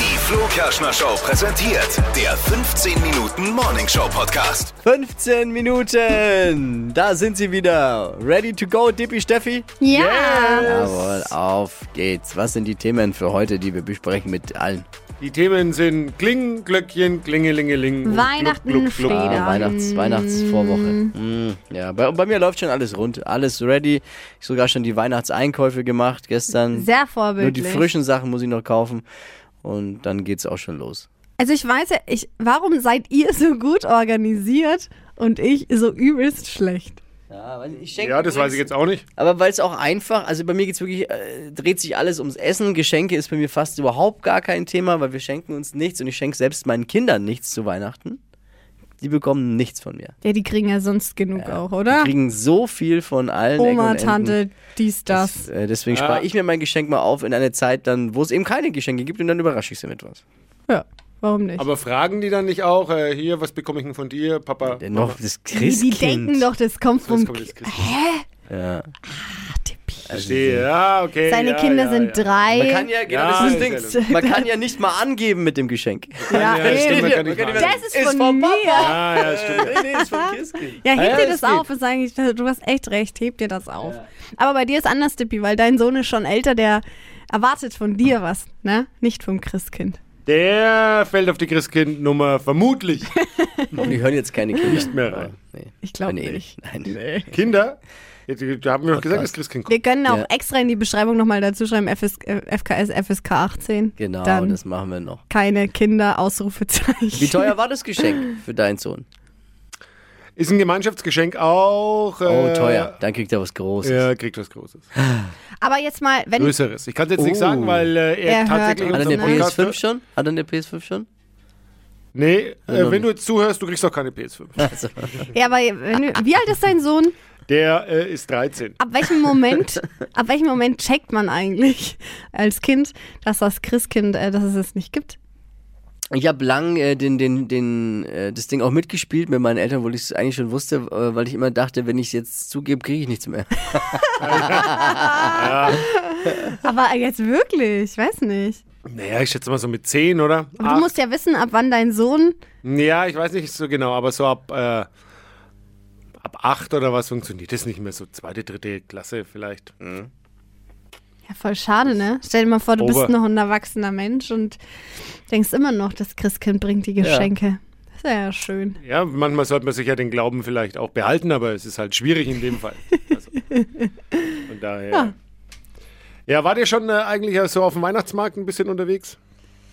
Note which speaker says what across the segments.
Speaker 1: Die Flo Kerschner Show präsentiert der 15 Minuten Morning Show Podcast.
Speaker 2: 15 Minuten. Da sind sie wieder. Ready to go, Dippi Steffi?
Speaker 3: Ja.
Speaker 2: Jawohl, auf geht's. Was sind die Themen für heute, die wir besprechen mit allen?
Speaker 4: Die Themen sind Kling, Glöckchen, Klingelingeling. und
Speaker 3: Weihnachten,
Speaker 4: Gluck, Gluck, Gluck.
Speaker 3: Frieden.
Speaker 2: Ah, Weihnachts, Weihnachtsvorwoche. Mm, ja, bei, bei mir läuft schon alles rund. Alles ready. Ich sogar schon die Weihnachtseinkäufe gemacht gestern.
Speaker 3: Sehr
Speaker 2: Nur
Speaker 3: vorbildlich.
Speaker 2: die frischen Sachen muss ich noch kaufen. Und dann geht's auch schon los.
Speaker 3: Also ich weiß ja, ich, warum seid ihr so gut organisiert und ich so übelst schlecht?
Speaker 2: Ja, ich
Speaker 4: Ja, das weiß ich jetzt auch nicht.
Speaker 2: Aber weil es auch einfach, also bei mir geht's wirklich, äh, dreht sich alles ums Essen. Geschenke ist bei mir fast überhaupt gar kein Thema, weil wir schenken uns nichts und ich schenke selbst meinen Kindern nichts zu Weihnachten. Die bekommen nichts von mir.
Speaker 3: Ja, die kriegen ja sonst genug auch,
Speaker 2: Die
Speaker 3: oder?
Speaker 2: kriegen so viel von allen. Ecken
Speaker 3: Oma,
Speaker 2: und Enden.
Speaker 3: Tante, dies, das.
Speaker 2: Das, äh, deswegen
Speaker 4: Ja.
Speaker 2: spare ich mir mein Geschenk mal auf in eine Zeit, dann, wo es eben keine Geschenke gibt und dann überrasche ich sie mit was.
Speaker 3: Ja, warum nicht?
Speaker 4: Aber fragen die dann nicht auch, äh, hier, was bekomme ich denn von dir, Papa?
Speaker 2: Dennoch, das
Speaker 3: die, die
Speaker 2: Christkind.
Speaker 3: denken doch, das kommt vom...
Speaker 4: Jetzt kommt das Christkind.
Speaker 3: Hä?
Speaker 2: Ja.
Speaker 4: Verstehe. Ja, okay.
Speaker 3: Seine
Speaker 4: ja,
Speaker 3: Kinder
Speaker 4: ja,
Speaker 3: sind
Speaker 4: ja.
Speaker 3: drei.
Speaker 2: Man kann ja, genau,
Speaker 4: Ja,
Speaker 2: das
Speaker 4: das
Speaker 2: ist das
Speaker 4: ist
Speaker 2: Ding. Man kann ja nicht mal angeben mit dem Geschenk.
Speaker 3: Ja,
Speaker 4: Ja, stimmt,
Speaker 3: eben.
Speaker 4: man kann
Speaker 2: Man
Speaker 4: nicht
Speaker 2: kann
Speaker 4: mal
Speaker 2: nicht
Speaker 3: Das
Speaker 2: mal-
Speaker 3: ist von mir.
Speaker 4: Ah, ja, stimmt.
Speaker 2: Nee, nee, ist vom Christkind.
Speaker 3: Ja, heb
Speaker 2: Ja,
Speaker 3: dir
Speaker 2: das
Speaker 3: das
Speaker 2: geht.
Speaker 3: auf, ist eigentlich, du hast echt recht, heb dir das auf. Aber bei dir ist anders, Dippi, weil dein Sohn ist schon älter, der erwartet von dir was, ne? Nicht vom Christkind.
Speaker 4: Der fällt auf die Christkindnummer vermutlich.
Speaker 2: Und die hören jetzt keine Kinder. Nicht
Speaker 4: mehr rein.
Speaker 2: Nee. Ah,
Speaker 3: Ich glaube
Speaker 2: nee,
Speaker 3: nicht.
Speaker 2: Nein.
Speaker 4: Kinder? Jetzt, da haben wir doch gesagt,
Speaker 2: Oh Gott.
Speaker 4: das Christkind kommt.
Speaker 3: Wir können auch
Speaker 2: Ja.
Speaker 3: extra in die Beschreibung nochmal dazu schreiben, FS, äh, FKS, FSK 18.
Speaker 2: Genau,
Speaker 3: Dann
Speaker 2: das machen wir noch.
Speaker 3: keine Kinder, Ausrufezeichen.
Speaker 2: Wie teuer war das Geschenk für deinen Sohn?
Speaker 4: Ist ein Gemeinschaftsgeschenk auch. Äh,
Speaker 2: Oh, teuer. Dann kriegt er was Großes.
Speaker 4: Ja, kriegt was Großes.
Speaker 3: Aber jetzt mal, wenn
Speaker 4: Größeres. Ich kann es jetzt nicht
Speaker 2: Oh.
Speaker 4: sagen, weil äh, er,
Speaker 3: Er hört
Speaker 4: tatsächlich
Speaker 2: Hat er
Speaker 3: uns,
Speaker 4: unseren
Speaker 2: eine
Speaker 3: Zum
Speaker 4: Podcast
Speaker 2: PS5 schon? Hat er eine PS5 schon?
Speaker 4: Nee, äh,
Speaker 2: noch
Speaker 4: wenn du
Speaker 2: nicht.
Speaker 4: jetzt zuhörst, du kriegst auch keine PS5.
Speaker 3: ja, aber wenn, du- wie alt ist dein Sohn?
Speaker 4: Der äh, ist 13.
Speaker 3: Ab welchem Moment, ab welchem Moment checkt man eigentlich als Kind, dass das Christkind, äh, dass es es nicht gibt?
Speaker 2: Ich habe lang äh, den, den, den, äh, das Ding auch mitgespielt mit meinen Eltern, obwohl ich es eigentlich schon wusste, äh, weil ich immer dachte, wenn ich es jetzt zugebe, kriege ich nichts mehr.
Speaker 3: Aber jetzt wirklich, ich weiß nicht.
Speaker 4: Naja, ich schätze mal so mit 10, oder? Ah,
Speaker 3: Aber du musst ja wissen, ab wann dein Sohn.
Speaker 4: Ja, ich weiß nicht so genau, aber so ab, äh, ab 8 oder was funktioniert das nicht mehr. So zweite, dritte Klasse vielleicht.
Speaker 3: Ja, voll schade, ne? Stell dir mal vor, du bist
Speaker 4: Over.
Speaker 3: noch ein erwachsener Mensch und denkst immer noch, das Christkind bringt die Geschenke. Das wäre ja schön.
Speaker 4: Ja, manchmal sollte man sich ja den Glauben vielleicht auch behalten, aber es ist halt schwierig in dem Fall. Also, von daher. Ja. wart ihr schon äh, eigentlich so auf dem Weihnachtsmarkt ein bisschen unterwegs?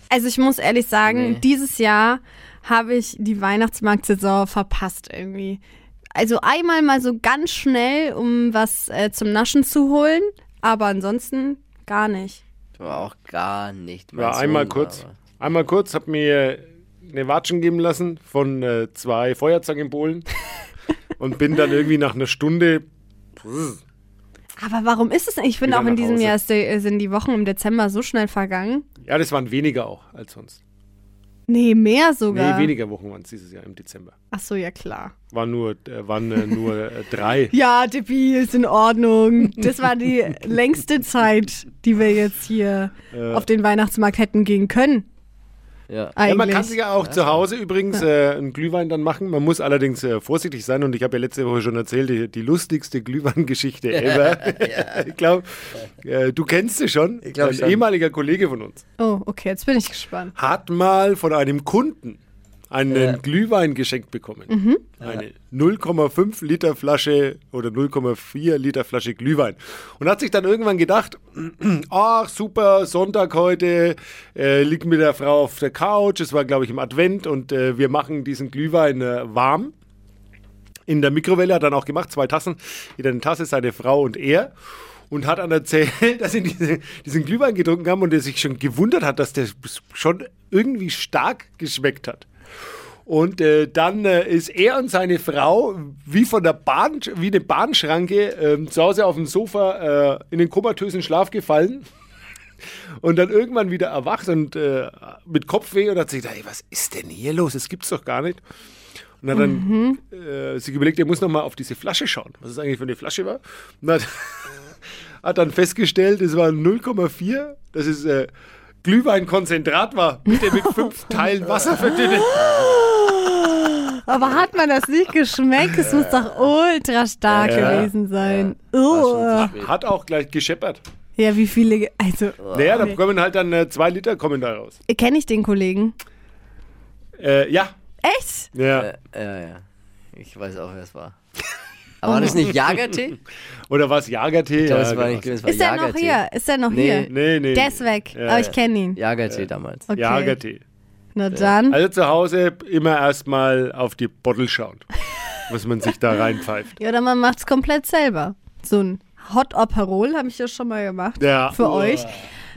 Speaker 3: Also ich muss ehrlich sagen,
Speaker 2: Nee.
Speaker 3: dieses Jahr habe ich die Weihnachtsmarktsaison verpasst irgendwie. Also einmal mal so ganz schnell, um was äh, zum Naschen zu holen, aber ansonsten gar nicht.
Speaker 2: War auch gar nicht. mein
Speaker 4: War
Speaker 2: Sohn,
Speaker 4: einmal kurz.
Speaker 2: aber-
Speaker 4: Einmal kurz, hab mir eine Watschen geben lassen von äh, zwei Feuerzangenbohlen und bin dann irgendwie nach einer Stunde.
Speaker 3: Aber warum ist es? Ich finde
Speaker 4: Wieder
Speaker 3: auch in
Speaker 4: nach
Speaker 3: diesem
Speaker 4: Hause.
Speaker 3: Jahr ist die, äh, sind die Wochen im Dezember so schnell vergangen.
Speaker 4: Ja, das waren weniger auch als sonst.
Speaker 3: Nee, mehr
Speaker 4: Nee,
Speaker 3: sogar.
Speaker 4: weniger Wochen waren es dieses Jahr im Dezember.
Speaker 3: Ach so, ja klar.
Speaker 4: Waren nur, äh, waren, äh, nur äh, drei.
Speaker 3: Ja, Dippi, ist in Ordnung. Das war die längste Zeit, die wir jetzt hier auf den Weihnachtsmarkt hätten gehen können.
Speaker 2: Ja.
Speaker 3: Eigentlich.
Speaker 4: Ja, man kann sich ja auch zu Hause übrigens äh, einen Glühwein dann machen. Man muss allerdings äh, vorsichtig sein und ich habe ja letzte Woche schon erzählt, die, die lustigste Glühweingeschichte ever. ich glaube, äh, du kennst sie schon. Ich
Speaker 2: glaub
Speaker 4: Ein
Speaker 2: schon.
Speaker 4: ehemaliger Kollege von uns.
Speaker 3: oh, okay, jetzt bin ich gespannt.
Speaker 4: hat mal von einem Kunden einen Glühwein geschenkt bekommen. Eine 0,5 Liter Flasche oder 0,4 Liter Flasche Glühwein. Und hat sich dann irgendwann gedacht, ach super, Sonntag heute, äh, liegt mit der Frau auf der Couch, es war glaube ich im Advent und äh, wir machen diesen Glühwein äh, warm. In der Mikrowelle hat er dann auch gemacht, zwei Tassen, jeder eine Tasse, seine Frau und er und hat dann erzählt, dass sie diese, diesen Glühwein getrunken haben und er sich schon gewundert hat, dass der schon irgendwie stark geschmeckt hat. Und äh, dann äh, ist er und seine Frau wie von der Bahn, wie eine Bahnschranke ähm, zu Hause auf dem Sofa äh, in den komatösen Schlaf gefallen und dann irgendwann wieder erwacht und äh, mit Kopfweh und hat sich gedacht, ey, was ist denn hier los? Das gibt's doch gar nicht. Und hat dann äh, sich überlegt, er muss nochmal auf diese Flasche schauen, was es eigentlich für eine Flasche war. Und hat, hat dann festgestellt, es war 0,4, dass es äh, Glühweinkonzentrat war, bitte mit fünf Teilen Wasser verdünnt.
Speaker 3: Aber hat man das nicht geschmeckt? Es muss doch ultra stark
Speaker 4: Ja.
Speaker 3: gewesen sein.
Speaker 2: schon
Speaker 3: Ja,
Speaker 4: Hat auch gleich gescheppert.
Speaker 3: ja wie viele. Also, oh,
Speaker 4: Naja, da
Speaker 3: nee.
Speaker 4: kommen halt dann äh, zwei Liter kommen da raus.
Speaker 3: Kenne ich den Kollegen?
Speaker 4: Äh, ja,
Speaker 3: Echt?
Speaker 4: ja.
Speaker 2: Ja, ja. Ich weiß auch, wer es war. Aber war das nicht Jagertee? Ich
Speaker 4: Oder was Jagertee?
Speaker 2: glaube,
Speaker 4: ja,
Speaker 2: es war,
Speaker 4: genau.
Speaker 2: ich glaube, es war
Speaker 3: Ist er noch
Speaker 2: Jagertee.
Speaker 3: hier? Ist er noch
Speaker 2: Nee.
Speaker 3: hier?
Speaker 4: Nee, nee.
Speaker 3: Der ist weg. Aber ich kenne ihn.
Speaker 2: Jagertee damals.
Speaker 3: Okay.
Speaker 4: Jagertee.
Speaker 3: Na dann.
Speaker 4: Also zu Hause immer erstmal auf die Bottle schauen, was man sich da reinpfeift.
Speaker 3: Ja, oder man macht's komplett selber. So ein Hot Aperol habe ich ja schon mal gemacht.
Speaker 4: Ja.
Speaker 3: Für
Speaker 4: Uah.
Speaker 3: euch.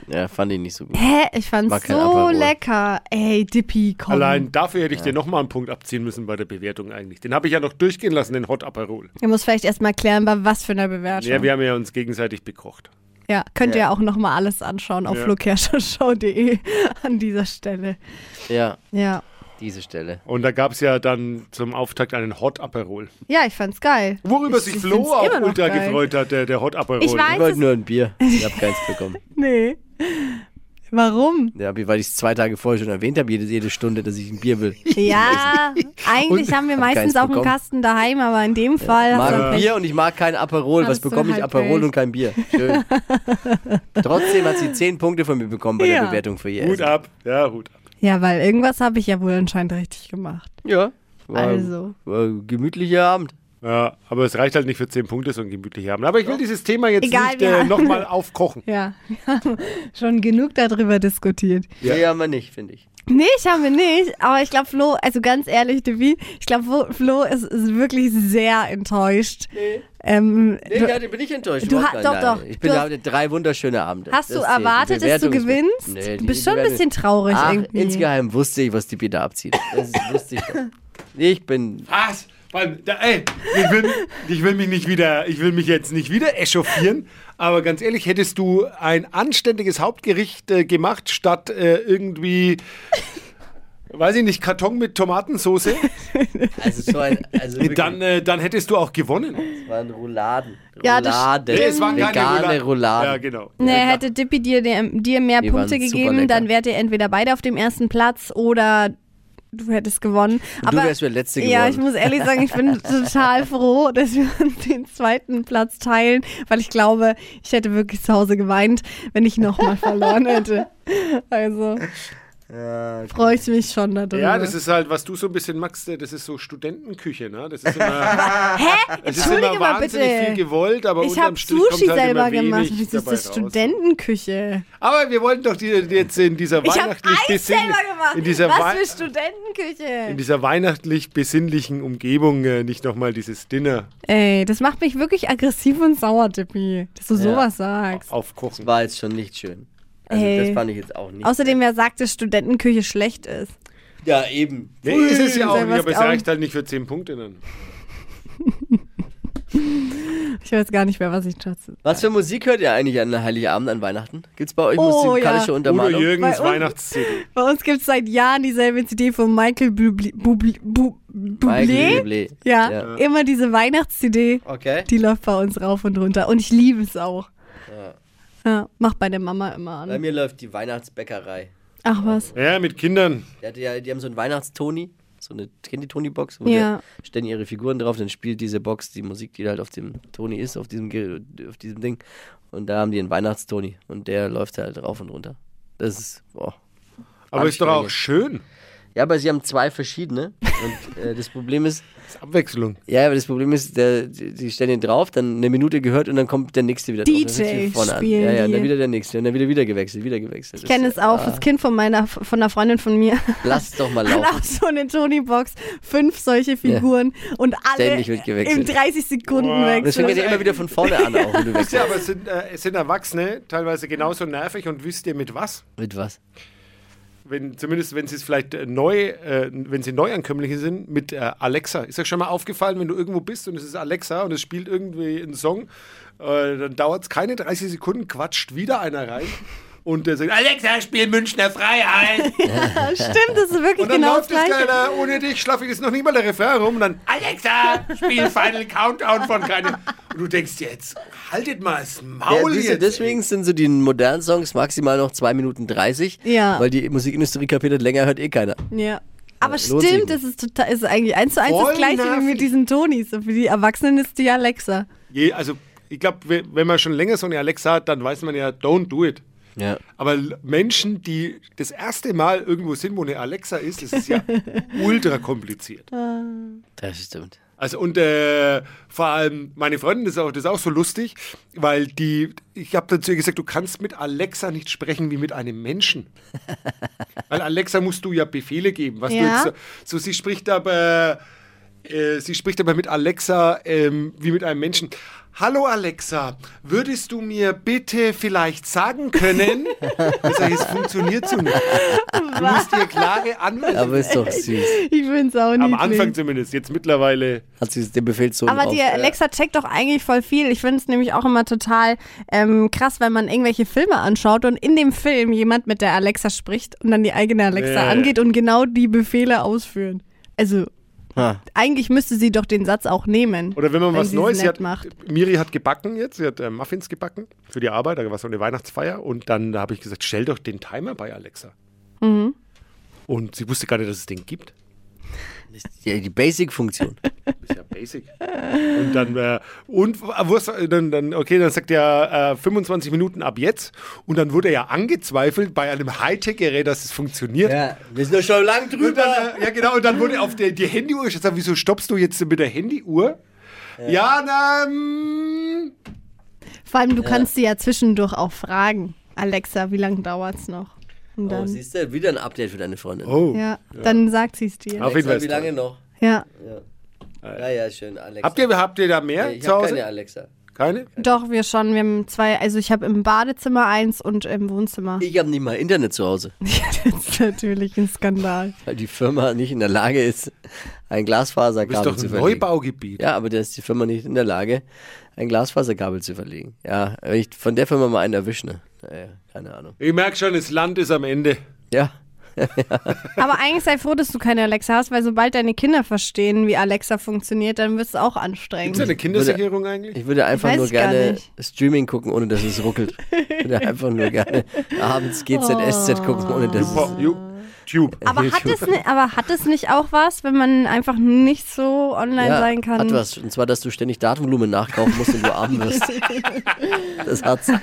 Speaker 2: Ja, fand ich nicht so gut.
Speaker 3: Hä? Ich fand's
Speaker 2: War kein
Speaker 3: so
Speaker 2: Aperol.
Speaker 3: lecker. Ey, Dippy, komm.
Speaker 4: Allein dafür hätte ich dir nochmal einen Punkt abziehen müssen bei der Bewertung eigentlich. Den habe ich ja noch durchgehen lassen, den Hot Aperol.
Speaker 3: Ihr muss vielleicht erstmal klären, bei was für einer Bewertung.
Speaker 4: Ja, wir haben ja uns gegenseitig bekocht.
Speaker 3: Ja, könnt ihr auch nochmal alles anschauen auf
Speaker 4: Ja.
Speaker 3: lokershow.de an dieser Stelle.
Speaker 2: Ja,
Speaker 3: Ja.
Speaker 2: diese Stelle.
Speaker 4: Und da gab es ja dann zum Auftakt einen Hot Aperol.
Speaker 3: Ja, ich fand's geil.
Speaker 4: Worüber
Speaker 3: Ich-
Speaker 4: sich
Speaker 3: ich
Speaker 4: Flo
Speaker 3: find's
Speaker 4: auch
Speaker 3: immer noch
Speaker 4: ultra
Speaker 3: geil.
Speaker 4: gefreut hat, der, der Hot Aperol. ne?
Speaker 3: Ich weiß-
Speaker 2: Ich
Speaker 3: Eins
Speaker 2: wollte
Speaker 3: ist-
Speaker 2: nur ein Bier. Ich habe keins bekommen.
Speaker 3: Nee. Warum?
Speaker 2: Ja, weil ich es zwei Tage vorher schon erwähnt habe, jede, jede Stunde, dass ich ein Bier will.
Speaker 3: Ja, eigentlich haben wir
Speaker 2: Hab
Speaker 3: meistens
Speaker 2: keins
Speaker 3: auch einen
Speaker 2: bekommen.
Speaker 3: Kasten daheim, aber in dem Fall
Speaker 2: Ich
Speaker 3: hast du
Speaker 2: mag
Speaker 3: dann Pech.
Speaker 2: Bier und ich mag kein Aperol. Was
Speaker 3: Hast du
Speaker 2: bekomme ich?
Speaker 3: halt
Speaker 2: Aperol
Speaker 3: Pech.
Speaker 2: und kein Bier. Schön. Trotzdem hat sie zehn Punkte von mir bekommen bei
Speaker 3: Ja.
Speaker 2: der Bewertung für ihr
Speaker 4: Hut
Speaker 2: Essen.
Speaker 4: ab. Ja, Hut ab.
Speaker 3: Ja, weil irgendwas habe ich ja wohl anscheinend richtig gemacht.
Speaker 2: Ja. War,
Speaker 3: Also.
Speaker 2: War ein gemütlicher Abend.
Speaker 4: Ja, aber es reicht halt nicht für 10 Punkte, so ein gemütlicher Abend. Aber ich will dieses Thema jetzt
Speaker 3: Egal,
Speaker 4: nicht
Speaker 3: wir
Speaker 4: äh,
Speaker 3: haben-
Speaker 4: nochmal aufkochen.
Speaker 3: Ja, wir haben schon genug darüber diskutiert.
Speaker 2: Ja. Nee, haben wir nicht, finde ich.
Speaker 3: Nee, ich habe nicht, aber ich glaube, Flo, also ganz ehrlich, Devi, ich glaube, Flo ist, ist wirklich sehr enttäuscht. Nee. Ähm,
Speaker 2: Nee,
Speaker 3: du,
Speaker 2: ja, bin ich enttäuscht.
Speaker 3: Du
Speaker 2: Überhaupt
Speaker 3: ha-
Speaker 2: gar nicht.
Speaker 3: doch, doch.
Speaker 2: Ich bin,
Speaker 3: Du
Speaker 2: habe drei wunderschöne Abende.
Speaker 3: hast du
Speaker 2: Das zählt. Die
Speaker 3: erwartet, dass du
Speaker 2: Bewertung ist-
Speaker 3: gewinnst?
Speaker 2: Nee,
Speaker 3: du
Speaker 2: die
Speaker 3: bist schon ein
Speaker 2: Bewertung-
Speaker 3: bisschen traurig
Speaker 2: Ach,
Speaker 3: irgendwie.
Speaker 2: insgeheim wusste ich, was die Peter abzieht. Das wusste ich doch. Ich bin
Speaker 4: Was? Mann, da, ey, ich will, ich will mich nicht wieder, ich will mich jetzt nicht wieder echauffieren, aber ganz ehrlich, hättest du ein anständiges Hauptgericht äh, gemacht, statt äh, irgendwie, weiß ich nicht, Karton mit Tomatensoße,
Speaker 2: also so ein also wirklich,
Speaker 4: dann, äh, dann hättest du auch gewonnen.
Speaker 2: das waren Rouladen.
Speaker 3: Ja, das
Speaker 2: Rouladen.
Speaker 3: stimmt. Nee, es
Speaker 4: waren keine
Speaker 2: Vegane
Speaker 4: Rouladen.
Speaker 2: Rouladen.
Speaker 4: Ja, genau.
Speaker 3: Nee, hätte Dippy dir, dir, dir mehr
Speaker 2: Die waren
Speaker 3: Punkte
Speaker 2: super
Speaker 3: gegeben,
Speaker 2: lecker.
Speaker 3: dann wärt ihr entweder beide auf dem ersten Platz oder du hättest gewonnen.
Speaker 2: du
Speaker 3: Aber,
Speaker 2: wärst der Letzte
Speaker 3: Ja, ich
Speaker 2: geworden.
Speaker 3: muss ehrlich sagen, ich bin total froh, dass wir uns den zweiten Platz teilen, weil ich glaube, ich hätte wirklich zu Hause geweint, wenn ich nochmal verloren hätte. Also freue ich mich schon darüber.
Speaker 4: Ja, das ist halt, was du so ein bisschen magst, äh, das ist so Studentenküche, ne? Das ist immer,
Speaker 3: Hä?
Speaker 4: es ist immer
Speaker 3: Entschuldige mal
Speaker 4: wahnsinnig viel
Speaker 3: bitte.
Speaker 4: gewollt, aber
Speaker 3: Ich
Speaker 4: unterm
Speaker 3: habe
Speaker 4: Strich kommt
Speaker 3: Sushi
Speaker 4: halt immer
Speaker 3: selber
Speaker 4: wenig
Speaker 3: gemacht. Das ist
Speaker 4: dabei
Speaker 3: das
Speaker 4: raus.
Speaker 3: Studentenküche.
Speaker 4: Aber wir wollten doch die, jetzt in dieser
Speaker 3: Ich habe
Speaker 4: weihnachtlich
Speaker 3: alles
Speaker 4: besinn-
Speaker 3: selber gemacht.
Speaker 4: in dieser Wei-
Speaker 3: Was für Studentenküche.
Speaker 4: in dieser weihnachtlich besinnlichen Umgebung äh, nicht nochmal dieses Dinner
Speaker 3: Ey, das macht mich wirklich aggressiv und sauer, Dippy, dass du sowas sagst.
Speaker 4: aufkochen.
Speaker 2: War jetzt schon nicht schön. Also
Speaker 3: Ey.
Speaker 2: das fand ich jetzt auch nicht.
Speaker 3: Außerdem, wer sagt, dass Studentenküche schlecht ist?
Speaker 2: ja, eben.
Speaker 4: Nee, ist es ja auch
Speaker 3: Sei
Speaker 4: nicht, aber
Speaker 3: was
Speaker 4: es
Speaker 3: glauben.
Speaker 4: reicht halt nicht für 10 Punkte dann.
Speaker 3: Ich weiß gar nicht mehr, was ich schätze.
Speaker 2: Was für Musik hört ihr eigentlich an Heiligabend an Weihnachten? Gibt's bei euch
Speaker 3: Oh,
Speaker 2: musikalische
Speaker 3: ja.
Speaker 4: Udo
Speaker 2: Untermalung?
Speaker 4: Jürgens
Speaker 3: Bei uns-
Speaker 4: Weihnachts-CD.
Speaker 3: Bei uns gibt es seit Jahren dieselbe CD von Michael Bublé. Bublé, Bu-
Speaker 2: Michael
Speaker 3: Bublé?
Speaker 2: Bublé.
Speaker 3: Ja,
Speaker 2: Ja.
Speaker 3: immer diese Weihnachts-CD,
Speaker 2: Okay.
Speaker 3: die läuft bei uns rauf und runter. Und ich liebe es auch. Ja, macht bei der Mama immer
Speaker 2: Bei
Speaker 3: an.
Speaker 2: mir läuft die Weihnachtsbäckerei.
Speaker 3: Ach was.
Speaker 4: Ja, mit Kindern.
Speaker 2: Die, hatte ja, die haben so einen Weihnachtstoni, so eine kennt die Toni-Box, wo
Speaker 3: Ja.
Speaker 2: die stellen ihre Figuren drauf, dann spielt diese Box die Musik, die halt auf dem Toni ist, auf diesem, Ge- auf diesem Ding. Und da haben die einen Weihnachtstoni und der läuft halt rauf und runter. Das ist, boah.
Speaker 4: Aber ist doch auch
Speaker 2: Anstrengend.
Speaker 4: schön.
Speaker 2: Ja, aber sie haben zwei verschiedene. Und äh, das Problem ist,
Speaker 4: Das ist Abwechslung.
Speaker 2: ja, aber das Problem ist, der, die die stellen den drauf, dann eine Minute gehört und dann kommt der nächste wieder drauf. Dann sind sie
Speaker 3: DJ
Speaker 2: vorne an.
Speaker 3: spielen
Speaker 2: Ja, ja, und
Speaker 3: die.
Speaker 2: dann wieder der nächste und dann wieder wieder gewechselt, wieder gewechselt.
Speaker 3: Ich kenne es auch, das Kind von meiner, von einer Freundin von mir
Speaker 2: Lass doch mal
Speaker 3: hat auch
Speaker 2: laufen.
Speaker 3: so eine Tony-Box, fünf solche Figuren und alle
Speaker 2: Ständig wird
Speaker 3: im
Speaker 2: gewechselt.
Speaker 3: 30 Sekunden
Speaker 4: Wow.
Speaker 2: Und das fängt ja
Speaker 3: wechseln.
Speaker 2: immer wieder von vorne an, auch wenn du wechselst.
Speaker 4: Ja, aber es sind, äh, es sind Erwachsene teilweise genauso nervig und wisst ihr mit was?
Speaker 2: Mit was?
Speaker 4: wenn, zumindest wenn sie es vielleicht äh, neu, äh, wenn sie Neuankömmliche sind, mit äh, Alexa. Ist euch schon mal aufgefallen, wenn du irgendwo bist und es ist Alexa und es spielt irgendwie einen Song, äh, dann dauert es keine 30 Sekunden, quatscht wieder einer rein und der sagt, Alexa, spiel Münchner Freiheit.
Speaker 3: Stimmt, das ist wirklich
Speaker 4: Und dann
Speaker 3: genau das
Speaker 4: läuft es
Speaker 3: Gleiche.
Speaker 4: keiner, ohne dich schlafe ich jetzt noch nicht mal der Refrain rum. Und dann, Alexa, spiel Final Countdown von keinem. Und du denkst dir jetzt, haltet mal das
Speaker 2: Ja,
Speaker 4: Maul
Speaker 2: siehst du,
Speaker 4: jetzt.
Speaker 2: deswegen sind so die modernen Songs maximal noch 2 Minuten 30,
Speaker 3: Ja.
Speaker 2: weil die Musikindustrie kapiert, länger hört eh keiner.
Speaker 3: Ja. Aber
Speaker 2: Ja, lohnt sich
Speaker 3: stimmt,
Speaker 2: nicht.
Speaker 3: es ist total, ist eigentlich eins zu eins
Speaker 4: Voll
Speaker 3: das gleiche wie
Speaker 4: nervig.
Speaker 3: mit diesen Tonis. Und für die Erwachsenen ist die Alexa.
Speaker 4: Je, also, ich glaube, wenn man schon länger so eine Alexa hat, dann weiß man ja, don't do it.
Speaker 2: Ja.
Speaker 4: Aber l- Menschen, die das erste Mal irgendwo sind, wo eine Alexa ist, das ist ja ultra kompliziert.
Speaker 2: Das stimmt.
Speaker 4: Also und äh, vor allem meine Freundin, das ist, auch, das ist auch so lustig, weil die, ich habe dazu ihr gesagt, du kannst mit Alexa nicht sprechen wie mit einem Menschen. weil Alexa musst du ja Befehle geben. Was
Speaker 3: Ja.
Speaker 4: du jetzt, so, so, sie spricht aber, äh, sie spricht aber mit Alexa ähm, wie mit einem Menschen. Hallo Alexa, würdest du mir bitte vielleicht sagen können? Ich sag, es funktioniert so nicht. Du musst dir klare
Speaker 2: Aber
Speaker 4: Anweisungen.
Speaker 2: ist doch süß.
Speaker 3: Ich find's auch niedlich.
Speaker 4: Am Anfang zumindest, jetzt mittlerweile
Speaker 2: Hat sie den Befehl so äh,
Speaker 3: Aber
Speaker 2: drauf.
Speaker 4: äh,
Speaker 3: die Alexa checkt doch eigentlich voll viel. Ich finde es nämlich auch immer total ähm, krass, wenn man irgendwelche Filme anschaut und in dem Film jemand mit der Alexa spricht und dann die eigene Alexa
Speaker 4: Ja.
Speaker 3: angeht und genau die Befehle ausführen. Also
Speaker 2: Ha.
Speaker 3: eigentlich müsste sie doch den Satz auch nehmen.
Speaker 4: Oder wenn man was
Speaker 3: sie's
Speaker 4: Neues
Speaker 3: nett
Speaker 4: sie hat,
Speaker 3: macht.
Speaker 4: Miri hat gebacken jetzt, sie hat äh, Muffins gebacken für die Arbeit, da war so eine Weihnachtsfeier und dann habe ich gesagt, stell doch den Timer bei Alexa.
Speaker 3: Mhm.
Speaker 4: Und sie wusste gar nicht, dass es den gibt.
Speaker 2: Ja, die Basic-Funktion.
Speaker 4: Ist ja basic. und dann, äh, und äh, was, äh, dann, dann, okay, dann sagt er äh, 25 Minuten ab jetzt. Und dann wurde er angezweifelt bei einem Hightech-Gerät, dass es funktioniert.
Speaker 2: wir sind doch schon lang
Speaker 4: Und dann, äh, ja, genau. Und dann wurde auf der, die Handyuhr gesagt, wieso stoppst du jetzt mit der Handyuhr? Ja, na, mm,
Speaker 3: Vor allem, du kannst sie ja zwischendurch auch fragen. Alexa, wie lange dauert's noch? Und
Speaker 2: Oh,
Speaker 3: dann,
Speaker 2: siehst du, wieder ein Update für deine Freundin.
Speaker 4: oh.
Speaker 3: ja, dann sagt sie es dir.
Speaker 4: Auf jeden Fall
Speaker 2: Wie
Speaker 4: ist toll.
Speaker 2: lange noch?
Speaker 3: Ja,
Speaker 2: Ja, ja, schön, Alexa.
Speaker 4: Habt ihr, habt ihr da mehr
Speaker 2: Ich
Speaker 4: zu
Speaker 2: hab
Speaker 4: Hause?
Speaker 2: keine Alexa.
Speaker 4: Keine?
Speaker 3: doch, wir schon. Wir haben zwei, also ich habe im Badezimmer eins und im Wohnzimmer.
Speaker 2: Ich habe nicht mal Internet zu Hause,
Speaker 3: das ist natürlich ein Skandal.
Speaker 2: weil die Firma nicht in der Lage ist, ein
Speaker 4: Du bist
Speaker 2: Glasfaserkabel
Speaker 4: doch
Speaker 2: zu
Speaker 4: ein
Speaker 2: verlegen.
Speaker 4: Neubaugebiet.
Speaker 2: Ja, aber da ist die Firma nicht in der Lage, ein Glasfaserkabel zu verlegen. Ja, wenn ich von der Firma mal einen erwische, ne? Naja, keine Ahnung.
Speaker 4: Ich merke schon, das Land ist am Ende.
Speaker 2: Ja,
Speaker 3: Aber eigentlich sei froh, dass du keine Alexa hast, weil sobald deine Kinder verstehen, wie Alexa funktioniert, dann wird es auch
Speaker 4: Gibt es
Speaker 3: anstrengend.
Speaker 4: eine Kindersicherung eigentlich?
Speaker 2: ich würde einfach
Speaker 3: Weiß
Speaker 2: nur
Speaker 3: ich gar
Speaker 2: gerne
Speaker 3: nicht.
Speaker 2: Streaming gucken, ohne dass es ruckelt. Ich würde einfach nur gerne abends
Speaker 3: Oh.
Speaker 2: GZSZ gucken, ohne dass es...
Speaker 4: Boah, ju- Tube.
Speaker 3: Aber hat, es ni- aber hat es nicht auch was, wenn man einfach nicht so online
Speaker 2: Ja,
Speaker 3: sein kann?
Speaker 2: hat was. Und zwar, dass du ständig Datenvolumen nachkaufen musst und du arm wirst. Das hat's. Ja,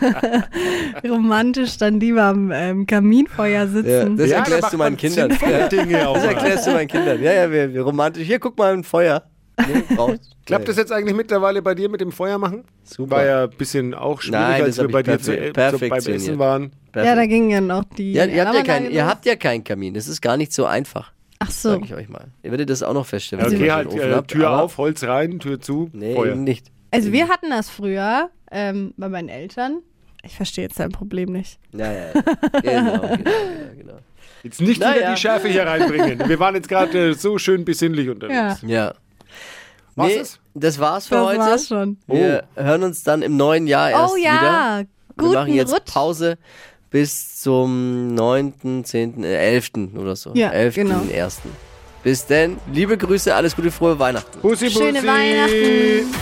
Speaker 3: Romantisch dann lieber am ähm, Kaminfeuer sitzen.
Speaker 2: das
Speaker 4: Ja, da
Speaker 2: erklärst
Speaker 4: macht
Speaker 2: du meinen
Speaker 4: man halt
Speaker 2: Kindern.
Speaker 4: sinnvolle
Speaker 2: Ja.
Speaker 4: Dinge auch
Speaker 2: Das
Speaker 4: mal.
Speaker 2: erklärst du meinen Kindern. Ja, ja, wir, wir romantisch. Hier, guck mal, ein Feuer. Nee, brauchst-
Speaker 4: Klappt das jetzt eigentlich mittlerweile bei dir mit dem Feuer machen?
Speaker 2: Super.
Speaker 4: War ja ein bisschen auch schwierig,
Speaker 2: Nein, das
Speaker 4: als wir
Speaker 2: hab
Speaker 4: bei
Speaker 2: ich
Speaker 4: dir zu,
Speaker 2: perfe-
Speaker 4: zu, beim
Speaker 2: perfektioniert.
Speaker 4: Essen waren.
Speaker 3: Ja, da ging ja noch die.
Speaker 2: Ja, ihr, habt ja
Speaker 3: Alarmanlage
Speaker 2: kein, ihr
Speaker 3: los.
Speaker 2: habt ja keinen Kamin. Das ist gar nicht so einfach,
Speaker 3: Ach so.
Speaker 2: sag ich euch mal. Ihr werdet das auch noch feststellen.
Speaker 4: Ja,
Speaker 2: wenn ihr
Speaker 4: okay,
Speaker 2: mal
Speaker 4: halt
Speaker 2: den Ofen
Speaker 4: äh,
Speaker 2: habt,
Speaker 4: Tür
Speaker 2: aber-
Speaker 4: auf, Holz rein, Tür zu,
Speaker 2: Nee,
Speaker 4: Feuer.
Speaker 2: eben nicht.
Speaker 3: Also wir hatten das früher ähm, bei meinen Eltern. Ich verstehe jetzt dein Problem nicht.
Speaker 2: Ja, ja, ja. Genau, genau, genau, genau.
Speaker 4: Jetzt nicht
Speaker 2: Na
Speaker 4: wieder
Speaker 2: ja.
Speaker 4: die Schärfe hier reinbringen. Wir waren jetzt gerade äh, so schön besinnlich unterwegs.
Speaker 2: Ja.
Speaker 4: Was
Speaker 2: nee,
Speaker 4: ist?
Speaker 2: das war's für
Speaker 3: Das
Speaker 2: heute.
Speaker 3: war's schon.
Speaker 2: Wir
Speaker 4: Oh.
Speaker 2: hören uns dann im neuen Jahr erst
Speaker 3: oh
Speaker 2: wieder.
Speaker 3: ja,
Speaker 2: Wir machen
Speaker 3: guten
Speaker 2: jetzt
Speaker 3: Rutsch.
Speaker 2: Pause
Speaker 3: Pause.
Speaker 2: bis zum 9., 10., äh, 11. oder so.
Speaker 3: Ja,
Speaker 2: 11.
Speaker 3: genau.
Speaker 2: 1. Bis denn. Liebe Grüße, alles Gute, frohe Weihnachten.
Speaker 4: Bussi, Bussi.
Speaker 3: Schöne Weihnachten.